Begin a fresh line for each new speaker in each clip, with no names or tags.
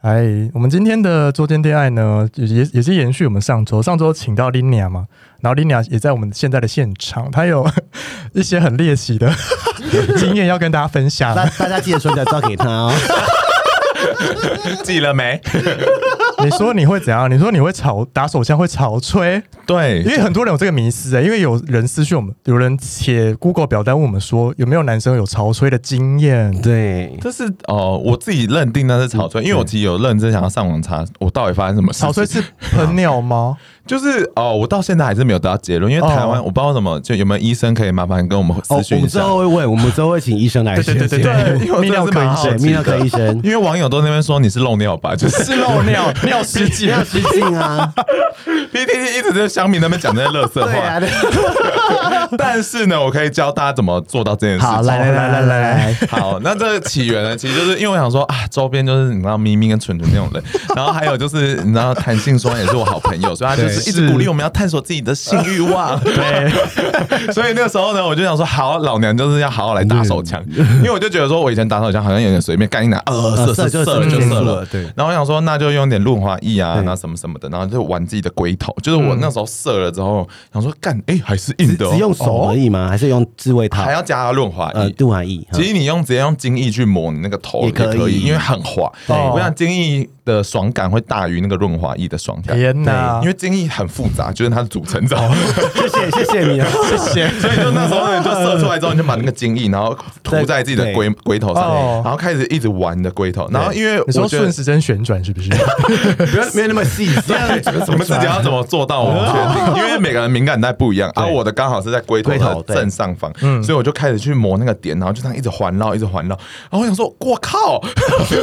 哎，我们今天的周间恋爱呢，也也也是延续我们上周，上周请到 Lina 嘛，然后 Lina 也在我们现在的现场，她有 一些很猎奇的 经验要跟大家分享。
大大家记得传脚照给他 哦。
记了没？
你说你会怎样？你说你会吵打手枪会吵吹？
对
因，为很多人有这个迷思哎、因为有人私讯我们，有人写 Google 表单问我们说有没有男生有潮吹的经验？
对，
这是哦，我自己认定那是草吹，因为我自己有认真想要上网查我到底发生什么事
潮吹
情。
是喷尿吗？
就是哦，我到现在还是没有得到结论，因为台湾、
哦
我不知道怎么，就有没有医生可以麻烦跟我们
哦
咨，
我
询一
们之
下。
后会问，我们之后会请医生来
对对对对
解
对因为
泌
我真
尿
的是
科
蛮
医
好
生
对，泌尿科医生
因为网友都在那边说你是漏尿吧，就是
漏 尿尿失
不
禁
要失禁啊！
PTT 一直在乡民那边讲这些乐色
对啊，
话。
对
但是呢，我可以教大家怎么做到这件事情。
好，来来来来来来，
好，那这个起源呢，其实就是因为我想说啊，周边就是你知道咪咪跟蠢蠢那种 人，然后还有就是你知道弹性双也是我好朋友，所以他就是一直鼓励我们要探索自己的性欲 望。对， 所以那个时候呢，我就想说，好，老娘就是要好好来打手枪，因为我就觉得说我以前打手枪好像有点随便，干一拿，呃，射射射了就射了，
对。
然后我想说，那就用点润滑液啊，
对嗯
那什么什么的，然后就玩自己的龟头。就是我那时候射了之后，想说干，哎，还是硬
只
的哦，
只用手而已吗？还是用自慰套
还？要加润滑
呃，
液。
杜涵义，
其实你用直接用精液去抹你那个头
也
也
可以
可以，因为很滑。
对
我想精液的爽感会大于那个润滑液的爽感。
天哪！
因为精液很复杂，就是它的组成，知道吗？
谢谢谢谢你啊，
所以就那时候你就射出来之后，你就把那个精液，然后涂在自己的
对
龟龟头上
哦，
然后开始一直玩你的龟头。然后因为
你
我
说
觉得
顺时针旋转是不是？
不要没有那么细，这样
我们自己要怎么做到，我不确定，因为每个人敏感带不一样。啊，我的刚好是在龟头
龟头
的
对
正上方，所以我就开始去磨那个点，然后就这样一直环绕，一直环绕。然后我想说，我靠，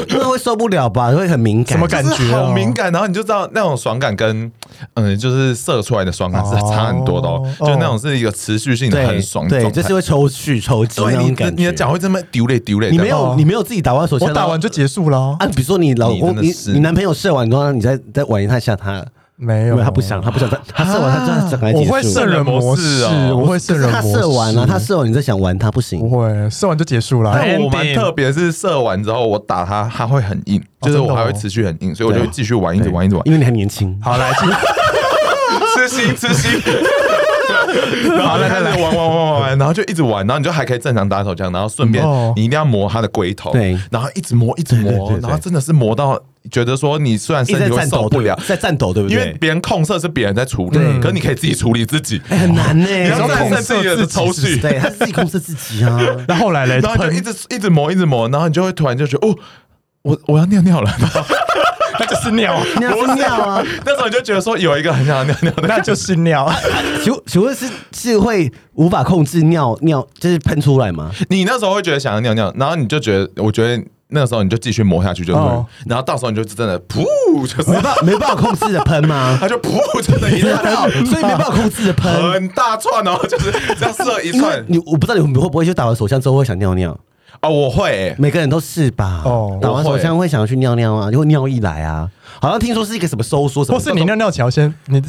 那会受不了吧？会很敏感，
什么感
就是
觉哦
好敏感，然后你就知道那种爽感跟嗯、就是射出来的爽感是差很多的哦，
哦
就那种是一个持续性的
对
很爽的
对，
状态
就是会抽蓄抽筋
对
那
你
种
的
感觉。
你的脚，会这么丢嘞丢嘞，
你
这
没
样
有你没有自己打完手枪，
我打完就结束了哦
啊，，比如说你老
你真
公，
的
你
是
你男朋友射完，你说你再再玩一下下他，
没
因
有，
为他不
啊
想，他不想，他他射完他就他整个
我会射人模式，我会射
可是
人
他
模式。
射完了，啊他射完你再想玩他不
不
行，
会射完就结束了。
但我蛮
Ending
特别，是射完之后我打它，它会很硬，
哦
就是
真
我
的
还
哦
会持续很硬，所以我就会继续玩，一直玩，一直玩。
因为你还年轻。
好来，
吃心吃心。然后就开始玩玩玩玩玩，然后就一直玩，然后你就还可以正常打手枪，然后顺便
哦
你一定要磨他的龟头，
对
然后一直磨一直
对对
磨
对，对
然后真的是磨到觉得说你虽然
一
身
直在
体会
战
受
斗，
不了
对，在战斗，对不
因为
对？
别人控色是别人在处理，可是你可以自己处理自己，
哎，很难呢，
你要
说
战
控
胜自己的抽
控色自
蓄，
对，他自己控制自己 啊。
那后来嘞，
然后你就一
喷
直一直磨一直磨，然后你就会突然就觉得哦，我我要尿尿了，
那就是尿，
你要是尿啊？
那时候你就觉得说有一个很想要尿尿的，
那就是尿。
请问请问是是会无法控制尿尿，就是喷出来吗？
你那时候会觉得想要尿尿，然后你就觉得，我觉得那时候你就继续磨下去就对了，
哦
然后到时候你就真的噗，就是
没办法没办法控制的喷吗？
它就噗，真的一
知
下
道，所以没办法控制的 喷。
很大串哦，就是这样射一
因为
串
你我不知道你们会不会就打完手枪之后会想尿尿，
哦，我会、欸，
每个人都是吧？
哦
哦，打完手枪会想要去尿尿啊，就会尿意来啊。好像听说是一个什么收缩什么，
或是你尿尿前要先，你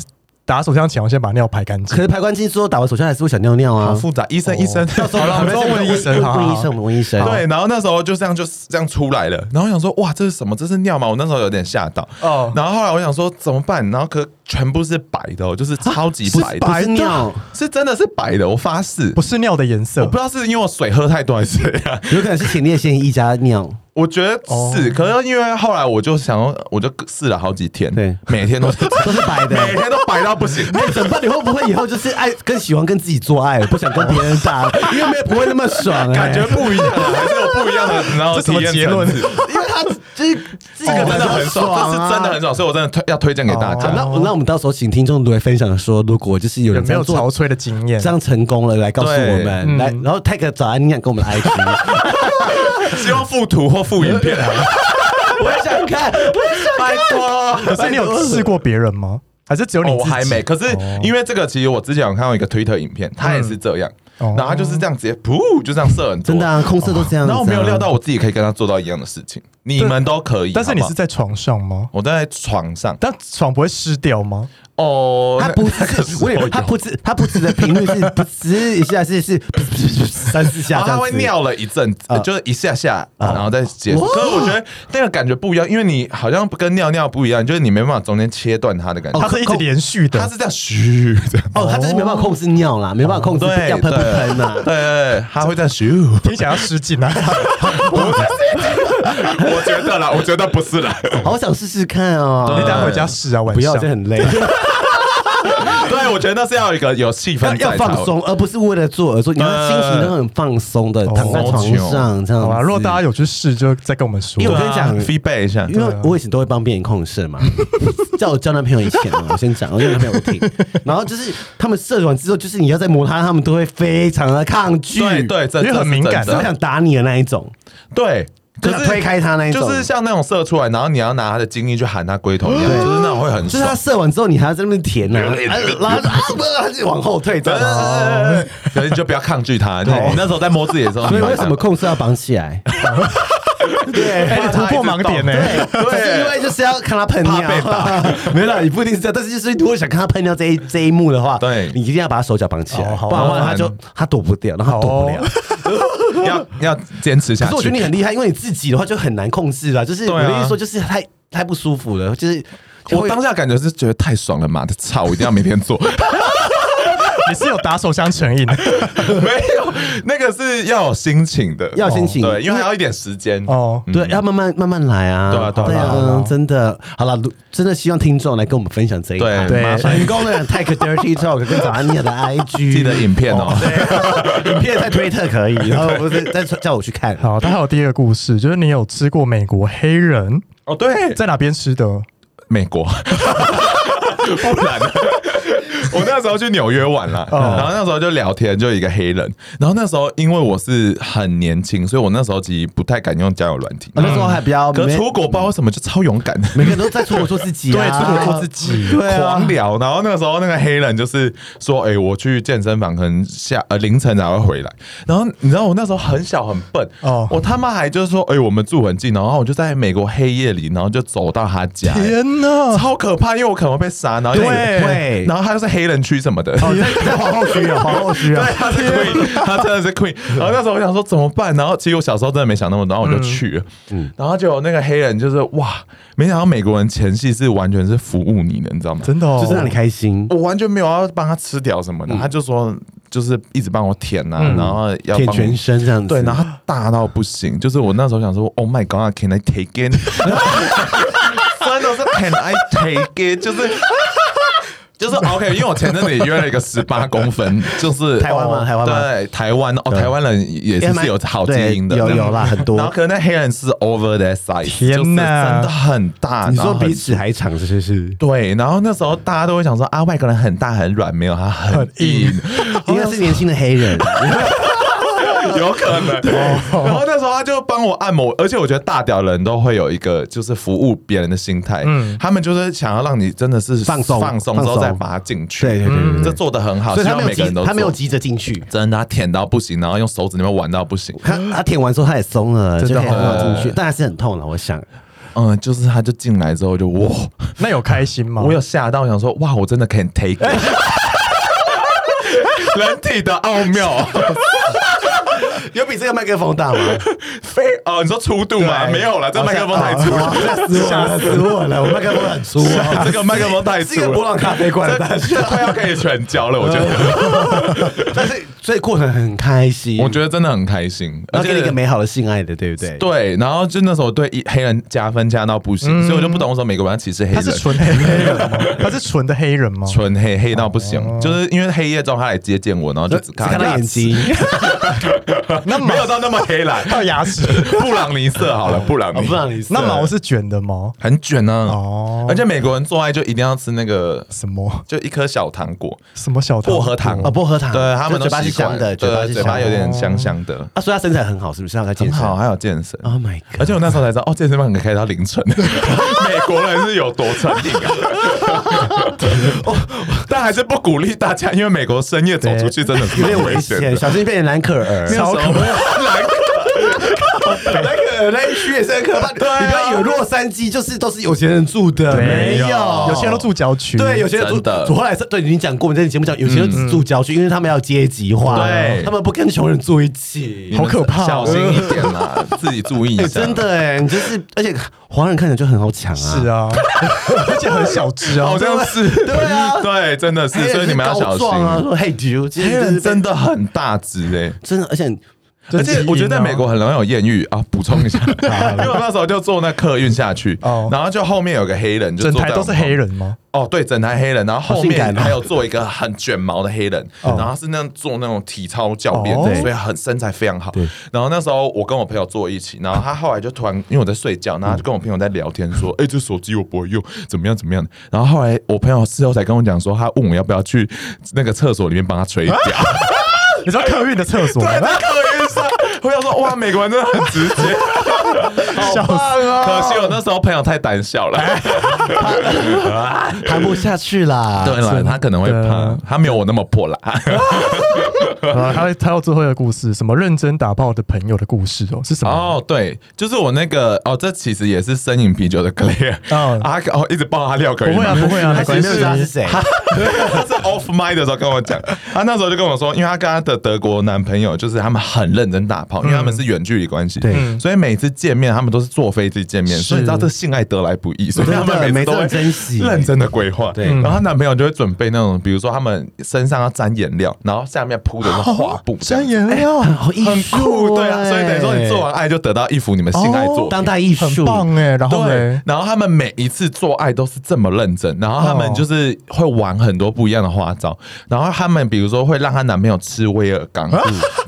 打手枪前要先把尿排干净
可。是排关进之后打完手枪还是会想尿尿
好
啊。
复杂，医生医生，
好了，我们都问医生，好好
问
好
医生，我们问医生。
对，然后那时候就这样就这样出来了，然后我想说哇，这是什么？这是尿吗？我那时候有点吓到。
哦
然后后来我想说怎么办？然后可全部是白的、哦，就是超级白的，
不是尿，
是哦真的是白的，我发誓。
不是尿的颜
我
色
不知，道是因为我水喝太多还是怎样，
有可能是前列腺一加尿，
我觉得是，可是因为后来我就想要，我就试了好几天，
对
每天都是
都是白的。
每天都白到不 行。
哎，怎么办？你会不会以后就是爱跟喜欢跟自己做爱， 不想跟别人打，因为没有不会那么爽、哎
感觉不一样，啊还是有不一样的，然后
这什么
体验
结
层
论
次
因为他就是这
这个真的很
啊
爽，这啊是真的很爽，所以我真的推要推荐给大
好，那
家。
那我们到时候请听众来分享说，如果就是有
有
人
没
这
有
样
潮
做，
吹的经验
这？样成功了，来告诉我
对
们，来，然后 tag 早安，你想跟我们的 IG，
希望附图或附影片，啊
我也想看，我也想
拜托。
可是你有试过别人吗？还是只有你
哦，
自
我
己？
还没。可是
哦
因为这个，其实我之前有看到一个推特影
嗯
片，他也是这样，
哦
然后他就是这样直接噗，就这样射很多，
真的啊，控色都这样子啊。
然后我没有料到我自己可以跟他做到一样的事情，你们都可以。
但是你
好
是
不
在
好
床上吗？
我在床上
但床不会湿掉吗？
哦，
他
那
不
那个
是，
时
我
候
也他不是，他不止的频率是不止一下是是不是不是三四下
然后
这
他
样
会
子。嗯
尿了一阵子，呃就是一下下，然后再结束。可是我觉得那个感觉不一样，因为你好像跟尿尿不一样，就是你没办法中间切断它的感觉。
它是一直连续的
哦它，是这样嘘这样，
哦，他就是没办法控制尿啦，没办法控制
对，
要喷不喷啊呐
对对。对，它会在咻。
挺想要失禁啊！
我觉得啦，我觉得不是啦。
好想试试看哦
你，等下回家试啊，晚上
不要，这很累，
对，我觉得那是要有一个有气氛，
要放。松，而不是为了做而做，你要心情都很放松的，躺在床上这样
好吧？啊
子。
如果大家有去试，就再跟我们说
因。为我跟
对
你
啊
讲
，feedback 一下
因。为我以前都会帮别人控射嘛， 在我交男朋友以前啊，我先讲，我交男朋友不听，然后就是他们射完之后，就是你要再摩擦，他们都会非常的抗拒，
对对，这
因为
这
很
是
敏
真
感
的
是会想打你的那一种，
对，
就
可
是
是
推开他那一种，
就是像那种射出来，然后你要拿他的精液去含他龟头一样，就是那种会很
就是他
爽。
射完之后，你还要在那边舔呢、啊，然后就啊不，他就往后退，这样。
呃可是你就不要抗拒他。你你那时候在摸自己的时候，
所以
你会
为什么控制要绑起 来？对，
哎，你突破盲点呢？
对，是因为就是要看他喷尿， 没有啦，你不一定是这样，但是就是如果想看他喷尿这一这一幕的话，
对啊
你一定要把他手脚绑起来，
哦好
不然的话他就
不
他躲不掉，然后他躲不了。
哦想要要坚持下
可
去？
是我觉得你很厉害，因为你自己的话就很难控制啦，就是
对
我
啊
的意思说，就是太太不舒服了，就是就
我
会
当下感觉是觉得太爽了，妈的操！我一定要每天做。
你是有打手枪成瘾？
没有，那个是要有心情的，
要心情
对，因为还要一点时间
哦
哦。
对，要慢慢慢慢来啊！
对啊对啊
对
对啊
啊，真的，好了，如真的希望听众来跟我们分享这一
对
趴
对
麻烦
成功的 Take Dirty Talk 跟早安你的 IG
记得影片哦
对， 影片在推特可以，然后不是再叫我去看。
好，他还有第二个故事，就是你有吃过美国黑人
哦，对，
在哪边吃的？
美国，不然呢。我那时候去纽约玩啦，然后那时候就聊天，就有一个黑人。然后那时候因为我是很年轻，所以我那时候其实不太敢用交友软体。
啊那时候还比较
嗯可
没
是出国不知道为什么就超勇敢，
每个人都在出国做自己啊，
对出国做自己
对啊
狂，聊。然后那个时候那个黑人就是说：“哎、我去健身房，可能下呃凌晨才会回来。”然后你知道我那时候很小很笨，
哦
哦，我他妈还就是说：“哎、我们住很近。”然后我就在美国黑夜里，然后就走到他家、哎
天 哪！
超可怕，因为我可能会被杀，然后
对
因为
会
然后他又是黑人区什么的，
哦在在皇后区啊，皇后区啊，
对，他是 queen，他真的是 queen。然后那时候我想说怎么办，然后其实我小时候真的没想那么多，然后我就去了，然后就有那个黑人就是哇，没想到美国人前戏是完全是服务你的，你知道吗？
真的哦，
就是让你开心。
我完全没有要帮他吃掉什么的，他就说就是一直帮我舔呐、然后要
舔
帮我
全身这样子，
对，然后他大到不行，就是我那时候想说，Oh my God，Can I take it？真的是 Can I take it？就是就是 OK，因为我前阵子也约了一个十八公分，就是
台湾吗
哦
台湾吗
对，台湾哦，台湾人也
也
是
蛮
是有好基因的，
对有
这样
有 啦很多
然后可能那黑人是 over that size，
天
就是真
哪
的很大，
你
然
说
后很
比尺还长，是是是。
对，然后那时候大家都会想说啊，外国人很大很软，没有他很
很
硬，
应该是年轻的黑人，
有可 能。然后那时候他就帮我按摩，而且我觉得大屌人都会有一个就是服务别人的心态，
嗯
他们就是想要让你真的是
放松
放松
放
之
松
后再把它进去，
对对对对对
这做的很好，
所以
希
他
望
没有
每个
急
人都，
他没有
做
急着进去，
真的他舔到不行，然后用手指那边玩到不行，
他他舔完之后他也松了，
真
就
的
可以放进去，
哦
但还是很痛了。我想，
嗯，就是他就进来之后就哇，
那有开心
啊
吗？
我有吓到，想说哇，我真的 can take it。人体的奥妙，
有比这个麦克风 大吗？
非哦，你说粗度吗？
对
没有了，这麦克风太
哦
粗了，
吓死 我了！我麦克风很粗哦，
这个麦克风太粗
是一个波
了，
浪咖啡馆的大
这
小
这快要可以全交了，我觉得。
但是所以过程很开心，
我觉得真的很开心，
然
而
后给你一个
且
美好的性爱的，对不对？
对，然后就那时候对一黑人加分加到不行，所以我就不懂为什么美国人歧视黑
他
人，
是纯黑人吗？他是纯的黑人吗？
纯黑黑到不行，就是因为黑夜中他来接见我，然后就只
只看
看
到眼，睛，
那
没
毛
有到那么黑啦，
到牙齿，
布朗尼色好了，布朗
我
尼
哦不让你射
那毛是卷的吗？
很卷呢，
哦
而且美国人做爱就一定要吃那个。
什么
就一颗小糖果，
什么小
薄荷糖
啊薄荷糖，
对他们
就
都
嘴巴去
习
香的
对
嘴巴是
嘴巴
香
有
的
点香香的，
啊，所以他身材很好，是不是？让他健
很
身。
好，还有健身。
Oh my
而
god！
且我那时候才知道，哦，健身房可以开到凌晨， 美国人是有多成瘾啊！ 哦但还是不鼓励大家，因为美国深夜走出去真的是
有点
蛮
危
危险的
险，。小心变成蓝可儿。
超可爱，
蓝可儿那一区也是很可怕的。
对啊
你不要以为洛杉矶就是都是有钱人住的，
对
没有，
有些人都住郊区，
对，有些人住
真的
我后来是对你讲过，我们在节目讲，有些人只住郊区，因为他们要阶级化，
对
他们不跟穷人住一起。
好可怕哦
小心一点啦，自己注意一
哎，
下。
真的哎，你就是，而且华人看起来就很好抢啊，
是啊，而且很小只啊
好，像是，对
啊
对，真的是
哎
黑人，
所以你们要
高
小心
壮啊，。说 Hey dude，其
黑
实就是
人
被
真的很大只哎、
真的，而且
就
而且
基因
我觉得在
啊
美国很容易有艳遇啊。补 充一下，因为我那时候就坐那客运下去，
哦
然后就后面有个黑人，就
整
坐
台
在
都
我
是
们
黑人吗？
旁。哦，对，整台黑人，然后后
好性感
面
哦
还有坐一个很卷毛的黑人，
哦
然后他是那样做那种体操教练
哦，
所以很身材非常好。然后那时候我跟我朋友坐一起，然后他后来就突然因为我在睡觉，然后他就跟我朋友在聊天说：“哎，这手机我不会用，怎么样怎么样的。”然后后来我朋友事后才跟我讲说，他问我要不要去那个厕所里面帮他吹一下。
你知道客运的厕所吗？
在客运上，啊我想说，哇，美国人真的很直接，
笑
啊
死！
可惜我那时候朋友太胆小了，
谈不下去啦。
对了，他可能会怕，他没有我那么破啦。
啊，他他有最后一个故事，什么认真打炮的朋友的故事哦，是什么？
哦，对，就是我那个哦，这其实也是生饮啤酒的 Clare，
嗯
啊，哦，一直爆他料可以
不会啊，
吗？
不会啊，没
还
关
是
系
没有知道他是谁，
他 是 off mic 的时候跟我讲，他那时候就跟我说，因为他跟他的德国男朋友就是他们很认真打炮，因为他们是远距离关系，
对
所以每次见面他们都是坐飞机见面，
是
所以你知道这性爱得来不易，所以他们每次都
真的每次很
会
珍惜
认真的规划。
对
然后她男朋友就会准备那种，比如说他们身上要沾颜料，然后下面铺的是画布，这样
三颜料，
好艺术
很酷，对啊，
哎
所以等于说你做完爱就得到一幅你们性爱作品。
当代艺
很
术，
棒哎。然后
对
嘞，，
然后他们每一次做爱都是这么认真，然后他们
哦
就是会玩很多不一样的花招，然后他们比如说会让她男朋友吃威尔 刚，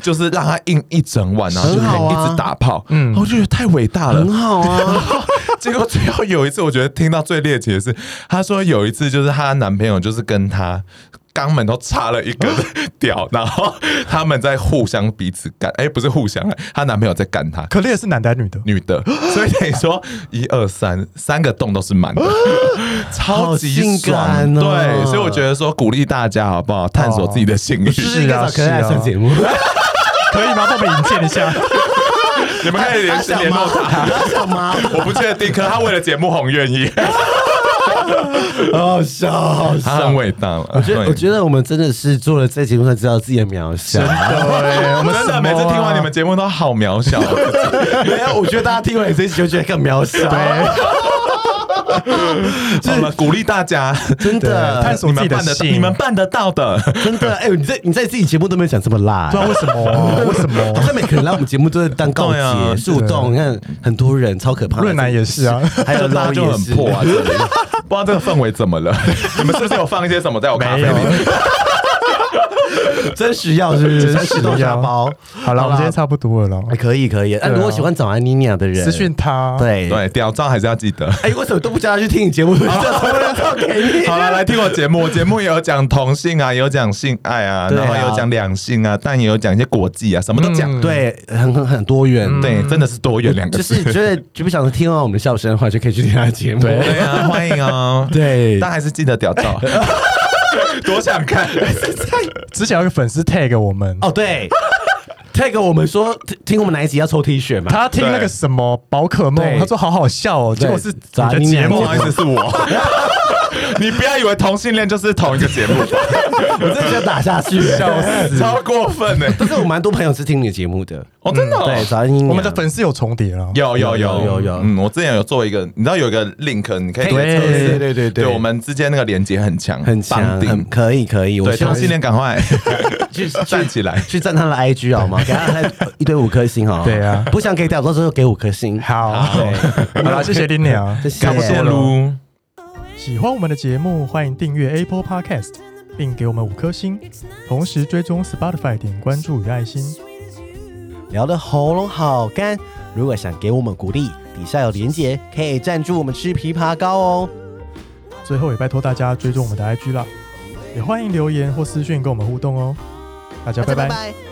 就是让她硬一整晚，然后就可
很好
以
啊
一直打炮，嗯，我就觉得太伟大了
很。好啊。
结果最后有一次，我觉得听到最猎奇的是，她说有一次就是她男朋友就是跟她。肛门都插了一根 屌，然后他们在互相彼此干，哎、不是互相，她男朋友在干她，
可烈是男的还是女的？
女的， 所以等于说一二三三个洞都是满的，超级
好性
爽。
感哦
对，所以我觉得说鼓励大家好不好，探索自己的性欲。
就是一个找可爱的节目，
可以吗？帮我们引荐一下。
你们可以联联络他，
干嘛？
我不确定，可是他为了节目红愿意，
好笑，好
他
笑
很。伟大了。
我觉得，
对
我觉得我们真的是做了这节目才知道自己的渺小。
对，我们
真
什么啊
的每次听完你们节目都好渺小，啊
没有，我觉得大家听完这一集就觉得更渺小，
好了，鼓励大家。
真的，
探索
你
自己的
们办得到，
性，
你们办得 到的。
真的。哎、你在你在自己节目都没有讲这么 辣、
不知道为什么啊？为什么
好？像每个人来我们节目都是当告
对啊
捷树洞，你看很多人超可怕。
润南也是啊，
还有
大家
捞
就
也
很
是
破啊，这里不知道这个氛围怎么 了？你们是不是有放一些什么在我咖 啡
没
里
有
面？。
真实要是不是？
真
真
实
实
要
豆沙包。
好了，我们今天差不多了啦，
还可以可以。哎、
对啊
如果喜欢早安妮妮亚的人，
私讯他。，
对。
对，屌照还是要记得。
哎、为什么都不叫他去听你节目？叫什么人照给你？
好了，来听我节目，我节目也有讲同性啊，也有讲性爱啊，
对
然
啊嗯
后也有讲两性啊，但也有讲一些国际啊，什么都讲。
对，很很很多元。
对，真的是多元两个
就
字。
是觉得就不想听完我们的笑声的话，就可以去听他的节目。
对啊， 欢迎哦。
对
但还是记得屌照。 多想看，
之前有个粉丝 tag 我们，
哦对，tag 我们说听听我们哪一集要抽 T 恤嘛？
他听那个什么宝可梦，
对
他说好好笑哦，结果是
杂
你的节
不
目
音
好意思，是我。 你不要以为同性恋就是同一个节目，
我真的要打下去、
笑死。
超过分呢。
但是我蛮多朋友是听你的节目的，
哦，真的哦。
嗯对，早安妮妮亚
我们的粉丝有重叠了，
有有有
有有有
嗯，我之前有做一个，你知道有一个 link，你可以
对
测试
对
对对对
对，我们之间那个连接很强，
很强，
绑定
很可以可以。我
对，
希望
同性恋赶快
去
站 起来。
去赞他的 IG 好吗？给他一堆五颗星好吗？
对啊
不想给屌照之后给五颗星。
好， 啊好了，谢谢林鸟，
谢谢
感谢撸。
喜欢我们的节目，欢迎订阅 Apple Podcast，并给我们五颗星，同时追踪 Spotify 点关注与爱心。
聊的喉咙好干，如果想给我们鼓励，底下有连结，可以赞助我们吃枇杷膏哦。
最后也拜托大家追踪我们的 IG 啦，也欢迎留言或私讯跟我们互动哦。
大家拜拜。
拜。